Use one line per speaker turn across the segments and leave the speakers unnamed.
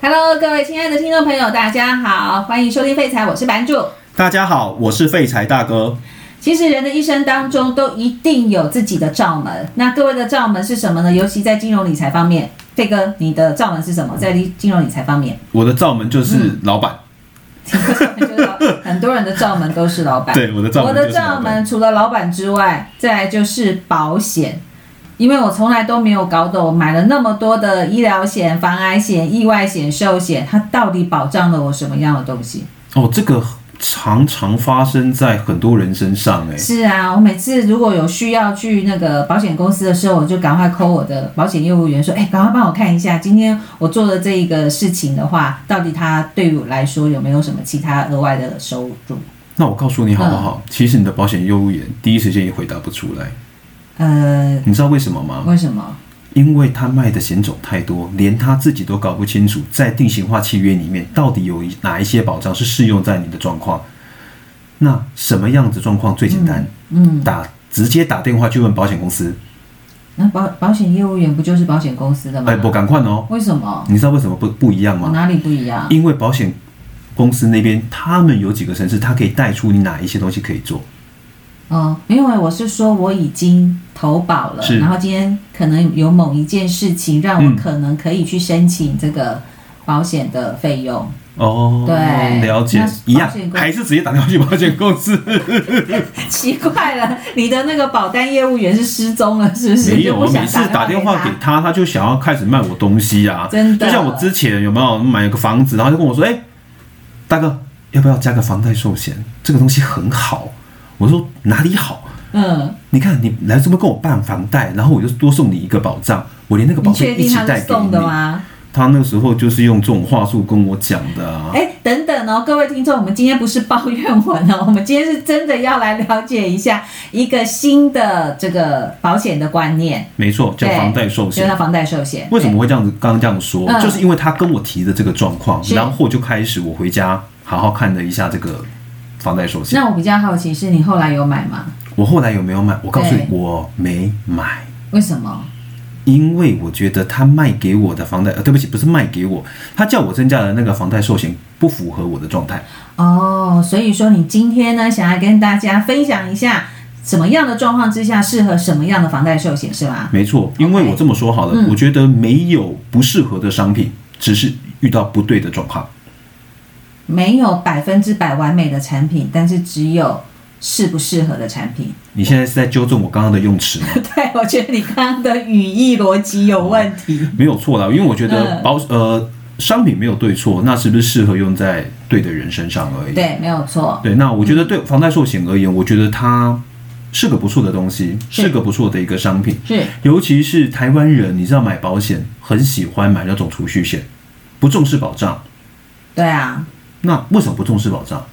Hello，各位亲爱的听众朋友，大家好，欢迎收听废材，我是版主。
大家好，我是废柴大哥。
其实人的一生当中都一定有自己的罩门，那各位的罩门是什么呢？尤其在金融理财方面，飞哥，你的罩门是什么？在金融理财方面，
我的罩门
嗯
就是老板，
听说就是很多人的罩门都是老板。
对，我的罩
我
门就
的
是老
罩
板。
门除了老板之外，再来就是保险，因为我从来都没有搞懂，买了那么多的医疗险、防癌险、意外险、寿险，它到底保障了我什么样的东西？
哦，这个常常发生在很多人身上、哎，
是啊，我每次如果有需要去那个保险公司的时候，我就赶快 call 我的保险业务员说，哎、赶快帮我看一下，今天我做的这一个事情的话，到底它对我来说有没有什么其他额外的收入？
那我告诉你好不
嗯
好？其实你的保险业务员第一时间也回答不出来，
呃，
你知道为什么吗？
为什么？
因为他卖的险种太多，连他自己都搞不清楚，在定型化契约里面到底有哪一些保障是适用在你的状况。那什么样子状况最简单？
嗯，
打直接打电话去问保险公司，
那保保险业务员不就是保险公司的吗？
哎，不赶快哦！
为什么？
你知道为什么不不一样吗？
哪里不一样？
因为保险公司那边他们有几个城市，它可以带出你哪一些东西可以做。
嗯，没有哎、我是说我已经投保了，
是
然后今天可能有某一件事情让我
嗯
可能可以去申请这个保险的费用。
哦
对
了解
那保险，
一样
公司
还是直接打电话去保险公司？
奇怪了，你的那个保单业务员是失踪了，是不是？
没有，
就不
我
想
每次打
电
电话给他，他就想要开始卖我东西啊。
真的
就像我之前有没有买个房子，然后就跟我说：“哎、大哥，要不要加个房贷寿险？这个东西很好。”我说：“哪里好？”
嗯，
你看，你来这么跟我办房贷，然后我就多送你一个保障，我连那个保
你
费
确
一
定
起
他
带
是
给你
送。的吗？
他那个时候就是用这种话术跟我讲的啊。
哎，等等哦，各位听众，我们今天不是抱怨文哦，我们今天是真的要来了解一下一个新的这个保险的观念，
没错，叫
对
房贷寿
就
险。
是防贷寿险。
为什么会这样子？刚刚这样说，
嗯
就是因为他跟我提的这个状况，
是
然后我就开始我回家好好看了一下这个房贷寿险。
哎那我比较好奇是你后来有买吗？
我后来有没有买？我告诉你
对，
我没买，
为什么？
因为我觉得他卖给我的房贷，呃，对不起，不是卖给我，他叫我增加的那个房贷寿险不符合我的状态。
哦，所以说你今天呢，想要跟大家分享一下什么样的状况之下适合什么样的房贷寿险，是吗？
没错，因为我这么说好了
嗯
我觉得没有不适合的商品，只是遇到不对的状况。
没有百分之百完美的产品，但是只有适不适合的产品。
你现在是在纠正我刚刚的用词吗？
对，我觉得你刚刚的语义逻辑有问题。
没有错啦，因为我觉得
嗯
保、呃商品没有对错，那是不是适合用在对的人身上而已？
对，嗯没有错。
对那我觉得对房贷寿险而言，我觉得它是个不错的东西，
是
是个不错的一个商品。
是，
尤其是台湾人，你知道买保险很喜欢买那种储蓄险，不重视保障。
对啊，
那为什么不重视保障？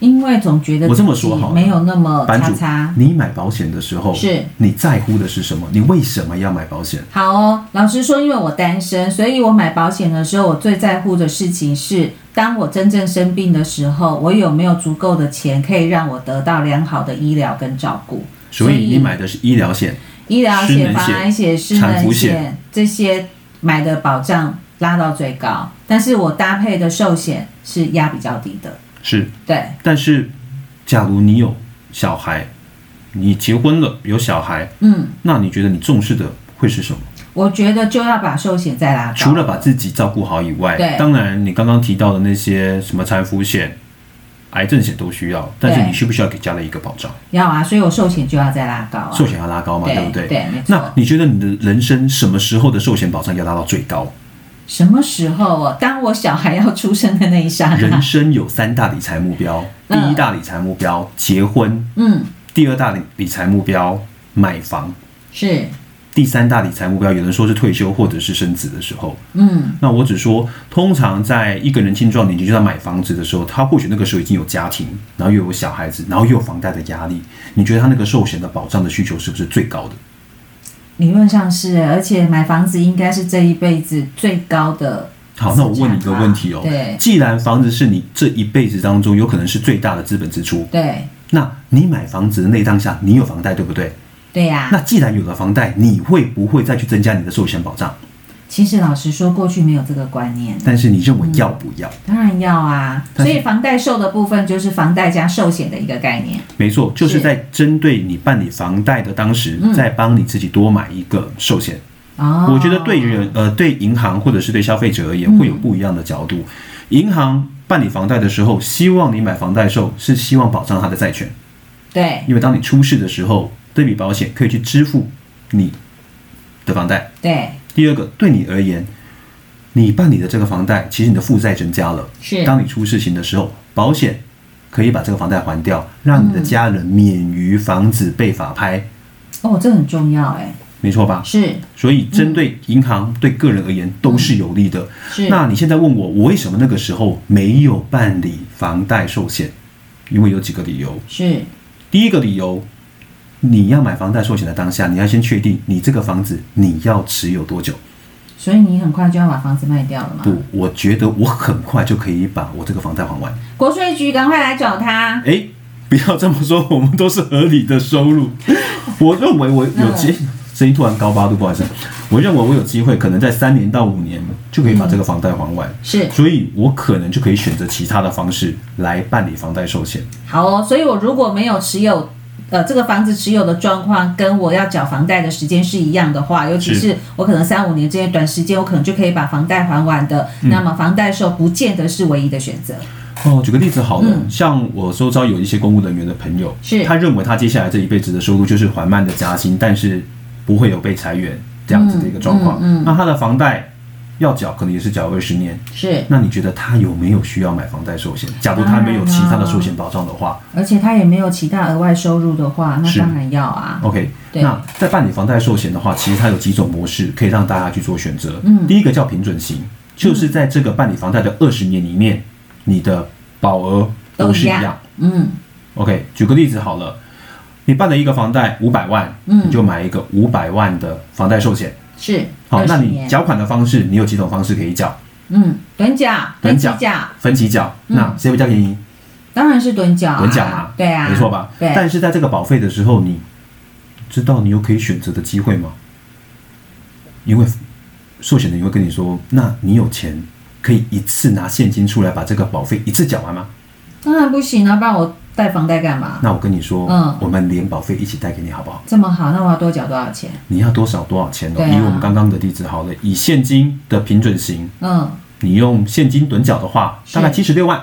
因为总觉得
我这么
自己
说好了
没有那么
版
叉
主
叉，。
你买保险的时候，
是
你在乎的是什么？你为什么要买保险？
好哦，老实说，因为我单身，所以我买保险的时候，我最在乎的事情是，当我真正生病的时候，我有没有足够的钱可以让我得到良好的医疗跟照顾。
所以你买的是医疗险，
医疗
失
险、
能
防
险
癌险、失
产
能
妇
险
险
这些买的保障拉到最高，但是我搭配的寿险是压比较低的。
是
对，
但是，假如你有小孩，你结婚了有小孩，
嗯，
那你觉得你重视的会是什么？
我觉得就要把寿险再拉高。
除了把自己照顾好以外
啊对，
当然你刚刚提到的那些什么产妇险、癌症险都需要，但是
对
你需不需要给家人一个保障？
要啊，所以我寿险就要再拉高啊。
寿险要拉高嘛，
对
不对？
对没错
那你觉得你的人生什么时候的寿险保障要拉到最 高？
什么时候哦？当我小孩要出生的那一刹那
人。生有三大理财目标，第
嗯
一大理财目标结婚，
嗯，
第二大理理财目标买房，
是，
第三大理财目标，有人说是退休或者是升职的时候。
嗯，
那我只说，通常在一个人青壮年期，就在买房子的时候，他或许那个时候已经有家庭，然后又有小孩子，然后又有房贷的压力。你觉得他那个寿险的保障的需求是不是最高的？
理论上是，而且买房子应该是这一辈子最高的。
好，那我问你一个问题哦。
对
既然房子是你这一辈子当中有可能是最大的资本支出，
对
那你买房子的那当下，你有房贷对不对？
对呀、
那既然有了房贷，你会不会再去增加你的寿险保障？
其实老实说，过去没有这个观念，
但是你认为要不要？
当然要啊。
但
所
是
以房贷寿的部分就是房贷加寿险的一个概念。
没错，就是
是
在针对你办理房贷的当时，
嗯
再帮你自己多买一个寿险。
哦，嗯
我觉得对人呃对银行或者是对消费者而言会有不一样的角度。银行办理房贷的时候，希望你买房贷寿是希望保障他的债权，
对
因为当你出事的时候，这笔保险可以去支付你的房贷。
对
第二个，对你而言，你办理的这个房贷，其实你的负债增加了。
是
当你出事情的时候，保险可以把这个房贷还掉，让你的家人免于房子被法拍，
哦，这很重要哎，
没错吧？
是
所以针对银行、对个人而言都是有利的。
是
那你现在问我，我为什么那个时候没有办理房贷寿险？因为有几个理由。
是
第一个理由，你要买房贷寿险的当下，你要先确定你这个房子你要持有多久。
所以你很快就要把房子卖掉了嘛？
不，我觉得我很快就可以把我这个房贷还完。
国税局赶快来找他。
诶，哎不要这么说，我们都是合理的收 入。我认为我有机，声音突然高八度，不好意思。我认为我有机会，可能在三年到五年就可以把这个房贷还完，
是
所以我可能就可以选择其他的方式来办理房贷寿险。
好哦，所以我如果没有持有，呃，这个房子持有的状况跟我要缴房贷的时间是一样的话，尤其
是
是我可能三五年这些短时间，我可能就可以把房贷还完的。
嗯
那么房贷寿不见得是唯一的选择，
哦，举个例子好了，
嗯
像我周遭有一些公务人员的朋友，
是
他认为他接下来这一辈子的收入就是缓慢的加薪，但是不会有被裁员这样子的一个状况。
嗯嗯嗯
那他的房贷要缴，可能也是缴二十年。
是，
那你觉得他有没有需要买房贷寿
啊
险？假如他没有其他的寿险保障的话
而且他也没有其他额外收入的话，那
是
当然要啊。
，OK。
对
那在办理房贷寿险的话，其实它有几种模式可以让大家去做选择。嗯，第一个叫平准型，就是在这个办理房贷的二十年里面，你的保额都是一
都一
样
样。嗯，
OK，举个例子好了，你办了一个房贷五百万，
嗯
你就买一个五百万的房贷寿险。
是。
好，
20
那你
年
缴款的方式，你有几种方式可以缴？
嗯，趸缴、
趸
分
缴
期缴，
分期缴，
嗯
那谁比较便宜？
当然是趸缴、啊。
趸缴嘛，
对啊，
没错吧？
对，
但是在这个保费的时候，你知道你有可以选择的机会吗？因为寿险人员会跟你说，那你有钱可以一次拿现金出来把这个保费一次缴完吗？
当然不行啊，不然我贷房贷干嘛？
那我跟你说，
嗯
我们连保费一起带给你好不好？
这么好，那我要多缴多少钱？
你要多少多少钱哦？
对啊
以我们刚刚的例子好了，以现金的平准型，
嗯，
你用现金趸缴的话，
是
大概七十六万，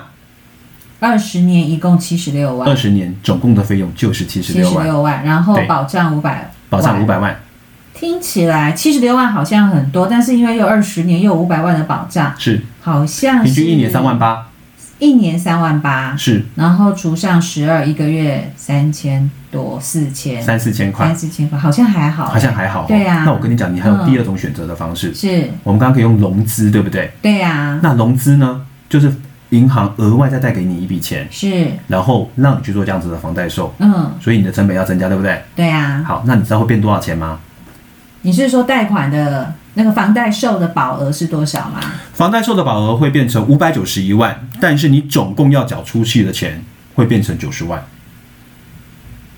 二十年一共七十六万
二，十年总共的费用就是七十
七
六
十
万，
六万，然后
对
保障五百，
保障五。百万，
听起来七十六万好像很多，但是因为有二十年又五百万的保障，
是
好像
平
是
均一年三万，八，
一年三万八，
是
然后除上十二，一个月三千多，四千，
三四千块
三。四千块，好像还好，
好像还好、哦。
对啊
那我跟你讲，你还有
嗯
第二种选择的方式。
是，
我们刚刚可以用融资，对不对？
对呀、啊，
那融资呢，就是银行额外再贷给你一笔钱，
是，
然后让你去做这样子的房贷售，
嗯，
所以你的成本要增加，对不对？
对呀、啊，
好，那你知道会变多少钱吗？
你是说贷款的那个房贷寿的保额是多少吗？
房贷售的保额会变成五百九十一万，但是你总共要缴出去的钱会变成九十万。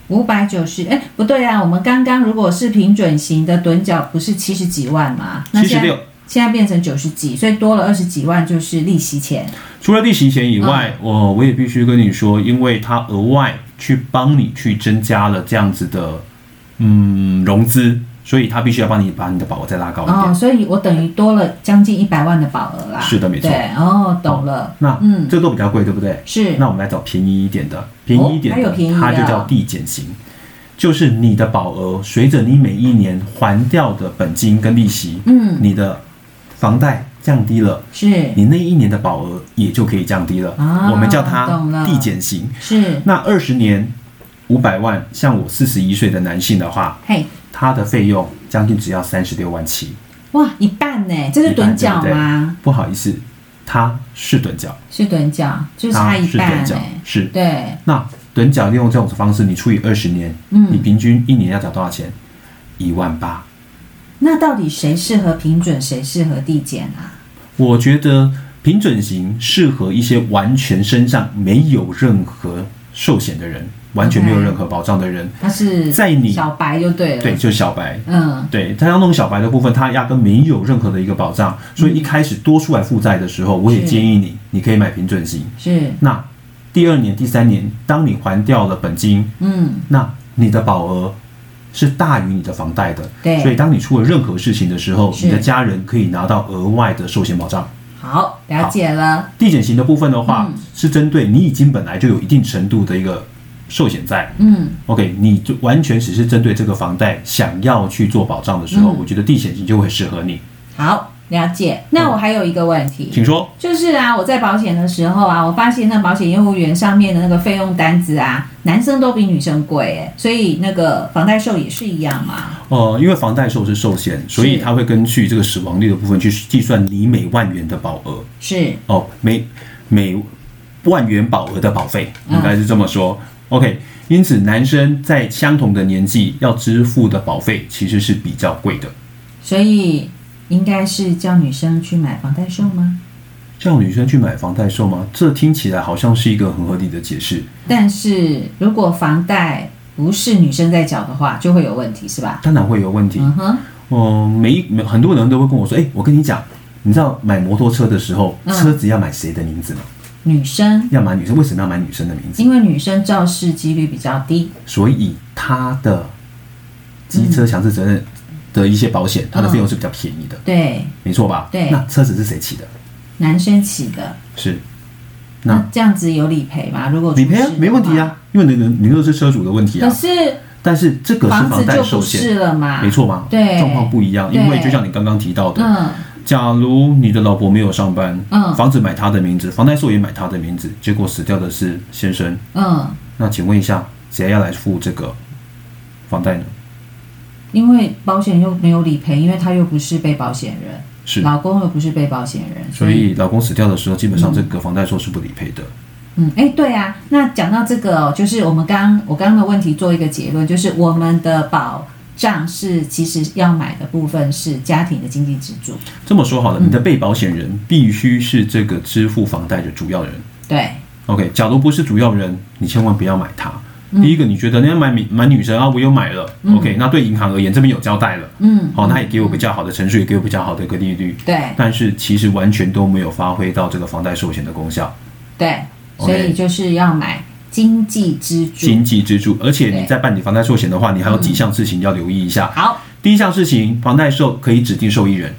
五百九十，哎，不对啊，我们刚刚如果是平准型的趸缴，不是七十几万吗？那现在
76
现在变成九十几，所以多了二十几万就是利息钱。
除了利息钱以
嗯
外，我、我也必须跟你说，因为它额外去帮你去增加了这样子的嗯融资，所以它必须要帮你把你的保额再拉高一点。
哦，所以我等于多了将近一百万的保额啦。
是的没错
对，哦，懂了。
那
嗯，
这都比较贵，对不对？
是
那我们来找便宜一点的，便宜一点
还有
的，
便宜的
它就叫递减型，就是你的保额随着你每一年还掉的本金跟利息，
嗯
你的房贷降低了，
是
你那一年的保额也就可以降低了。
啊
我们叫
懂
它
了
递减型。
是，
那二十年五百万，像我四十一岁的男性的话，
嘿，
他的费用将近只要三十六万七，
哇，一半呢，这是
一半
趸缴
对不对
吗？
不好意思，他是趸缴，
是趸缴，就
他
差一
啊是趸
半欸
缴
呢。，
是。
对，
那趸缴利用这种方式，你除以二十年，
嗯
你平均一年要缴多少钱？一万八。
那到底谁适合平准，谁适合递减啊？
我觉得平准型适合一些完全身上没有任何寿险的人，完全没有
OK
任何保障的人，
他是
在你
嗯小白就对了，
对，，就是小白。
嗯，
对，他要弄小白的部分，他压根没有任何的一个保障，所以一开始多出来负债的时候，我
嗯
也
是
建议你，你可以买平准型。
是，
那第二年、第三年，当你还掉了本金，
嗯，
那你的保额是大于你的房贷的。
对
所以当你出了任何事情的时候，
是
你的家人可以拿到额外的寿险保障。
好，了解了，
递减型的部分的话，
嗯
是针对你已经本来就有一定程度的一个寿险在。
嗯，
OK，你就完全只是针对这个房贷想要去做保障的时候，
嗯
我觉得递减型就会适合你。
好，了解。那我还有一个问题，
请说。
就是啊，我在保险的时候啊，我发现那保险业务员上面的那个费用单子啊，男生都比女生贵哎、所以那个房贷寿也是一样嘛。
呃，因为房贷寿是寿险，所以
嗯是
它会根据这个死亡率的部分去计算你每万元的保额
是，
哦，每每万元保额的保费，
嗯
应该是这么说。OK，因此男生在相同的年纪要支付的保费其实是比较贵
嗯
的。
所以应该是叫女生去买房贷寿吗？
叫女生去买房贷寿吗？这听起来好像是一个很合理的解释。
但是如果房贷不是女生在缴的话，就会有问题是吧？
当然会有问题。
嗯哼，
嗯，每一每很多人都会跟我说，哎、我跟你讲，你知道买摩托车的时候，
嗯
车子要买谁的名字吗？
女生，
要买女生，为什么要买女生的名字？
因为女生肇事几率比较低，
所以它的机车强制责任的一些保险，它的费用是比较便宜的，
对，
没错吧？
嗯对
那车子是谁骑的？
男生起的。
是。
那
那
这样子有理赔吗？如果出
理赔啊
事，的
没问题
话。
啊，因为你的你那是车主的问题
可
啊。
是
但是这个是
房
房
子
贷
就
寿
不是
险，
了嘛，
没错吧？
对，
状况不一样，因为就像你刚刚提到的，
嗯，
假如你的老婆没有上班，
嗯
房子买她的名字，房贷寿也买她的名字，结果死掉的是先生，
嗯，
那请问一下，谁要来付这个房贷呢？
因为保险又没有理赔，因为他又不是被保险人，
是，
老公又不是被保险人，
所以老公死掉的时候，基本上这个房贷寿是不理赔的。
嗯，哎，对啊。那讲到这个哦，就是我们刚我刚刚的问题做一个结论，就是我们的保障是其实要买的部分是家庭的经济支柱，
这么说好了，
嗯
你的被保险人必须是这个支付房贷的主要人。
对，
OK，假如不是主要人，你千万不要买它。第一个，你觉得人家买女买女生啊，我又买了、
嗯
o k 那对银行而言，这边有交代了，
嗯，
好、哦那也给我比较好的程序，也给我比较好的一个利率，
对
但是其实完全都没有发挥到这个房贷寿险的功效，
对，
OK
所以就是要买经济支柱。
经济支柱。而且你
对
在办理房贷寿险的话，你还有几项事情要留意一下。
好，
第一项事情，房贷寿可以指定受益人，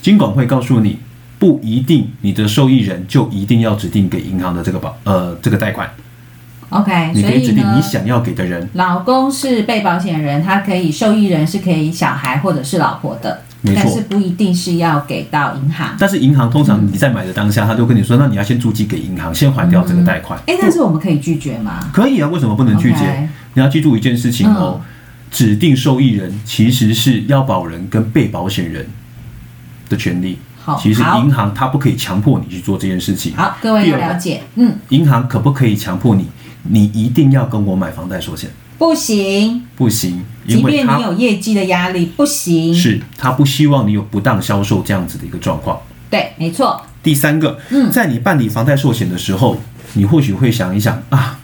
金管会告诉你，不一定你的受益人就一定要指定给银行的这个保呃这个贷款，
，OK，
你
哎所
可以指
以
定
呢
你，想要给的人，
老公是被保险人，他可以受益人是可以小孩或者是老婆的，
没错
但是不一定是要给到银行。
但是银行通
嗯
常你在买的当下，他就跟你说，那你要先注记给银行，先还掉这个贷款。
哎，但是我们可以拒绝吗？
可以啊，为什么不能拒绝
OK 嗯
你要记住一件事情哦，指定受益人其实是要保人跟被保险人的权利。
好，
其实
好
银行它不可以强迫你去做这件事情。
好，各位
第
要
二个
了解，嗯，
银行可不可以强迫你？你一定要跟我买房贷寿险？
不行，
不行，
即
因为
便你
他
有业绩的压力，不行，，
是他不希望你有不当销售这样子的一个状况。
对，没错，
第三个，
嗯
在你办理房贷寿险的时候，你或许会想一想啊，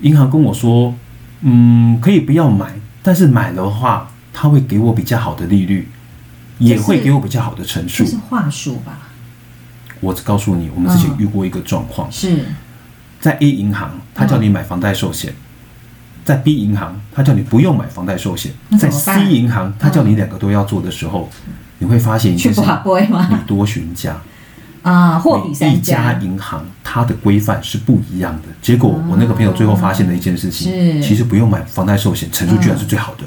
银行跟我说，嗯，可以不要买，但是买的话，他会给我比较好的利率，也会给我比较好的陈述
这。是话术吧？
我只告诉你，我们之前
嗯
遇过一个状况，
是，
嗯在 A 银行，他叫你买房贷寿险。在 B 银行，他叫你不用买房贷寿险
嗯那；怎
在
么
C
办嗯
银行，他叫你两个都要做的时候，你会发现一
去
件事
不
情：
不会
你
吗？
多询家。
啊，货比
嗯每一
三
家
家，
银行它的规范是不一样的。结果我那个朋友最后发现的一件事情，
嗯是
其实不用买房贷寿险，陈述居然是最好的。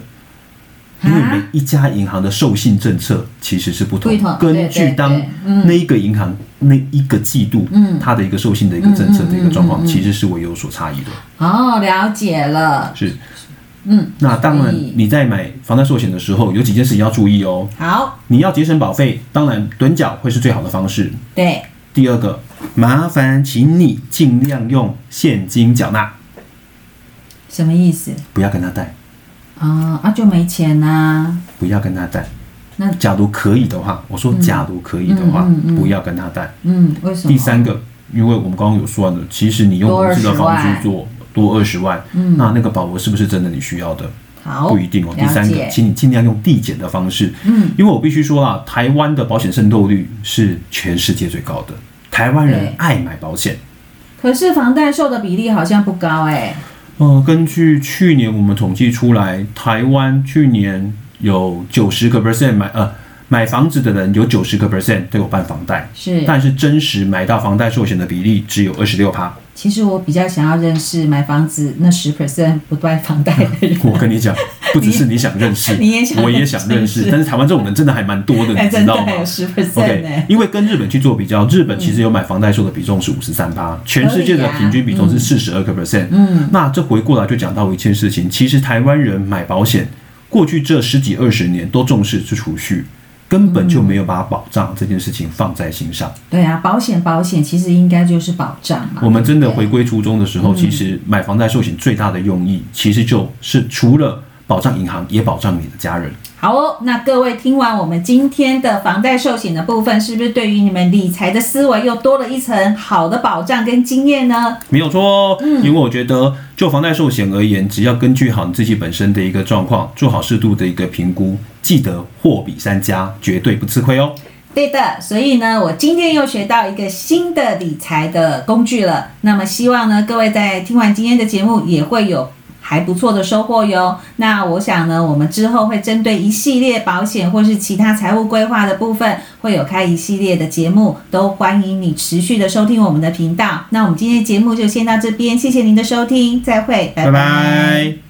因为每
啊，
一家银行的授信政策其实是不同，
不同对
根据当
对嗯
那一个银行那一个季度，
嗯
它的一个授信的一个政策的一个
嗯
状
嗯
况，
嗯嗯
其实是会有所差异的。
哦，了解了，
是，
嗯，
那当然
所以
你在买房贷寿险的时候，有几件事情要注意哦。
好，
你要节省保费，当然趸缴会是最好的方式。
对，
第二个，麻烦请你尽量用现金缴纳，
什么意思？
不要跟他贷，
啊啊，就没钱呐、
不要跟他贷。
那
假如可以的话，我说假如可以的话，
嗯嗯嗯嗯
不要跟他贷。
嗯，为什么？
第三个，因为我们刚刚有算了，其实你用
多
公司的
20
房
万
租做多二十万，嗯，那那个保额是不是真的你需要的？
好，
不一定哦。第三个
了，解
请你尽量用递减的方式，
嗯，
因为我必须说啊，台湾的保险渗透率是全世界最高的，台湾人
对
爱买保险。
可是房贷受的比例好像不高哎、
呃，根据去年我们统计出来，台湾去年有九十个 percent 买呃买房子的人有九十个 percent 都有办房贷，
是。
但是真实买到房贷寿险的比例只有二十六趴。
其实我比较想要认识买房子那十 percent 不贷房贷的人，
我跟你讲，不只是你想认 识，
你也想
我也想认识，但是台湾这种人真的还蛮多 的，
哎，
你知
真
道
的
吗
有？十 percent
对，
哎，
因为跟日本去做比较，日本其实有买房贷寿的比重是五十三趴，全世界的平均比重是四十二个 percent。嗯，那这回过来就讲到一件事情，其实台湾人买保险，过去这十几二十年都重视是储蓄，根本就没有把保障这件事情放在心上。
对啊，保险保险其实应该就是保障嘛。
我们真的
对不对
回归初衷的时候，其实买房贷寿险最大的用意，其实就是除了保障银行，也保障你的家人。
好哦，那各位听完我们今天的房贷寿险的部分，是不是对于你们理财的思维又多了一层好的保障跟经验呢？
没有错哦，
嗯
因为我觉得就房贷寿险而言，只要根据好你自己本身的一个状况，做好适度的一个评估，记得货比三家，绝对不吃亏哦。
对的，所以呢，我今天又学到一个新的理财的工具了。那么希望呢，各位在听完今天的节目也会有还不错的收获哟。那我想呢，我们之后会针对一系列保险或是其他财务规划的部分，会有开一系列的节目，都欢迎你持续的收听我们的频道。那我们今天的节目就先到这边，谢谢您的收听，再会，拜
拜拜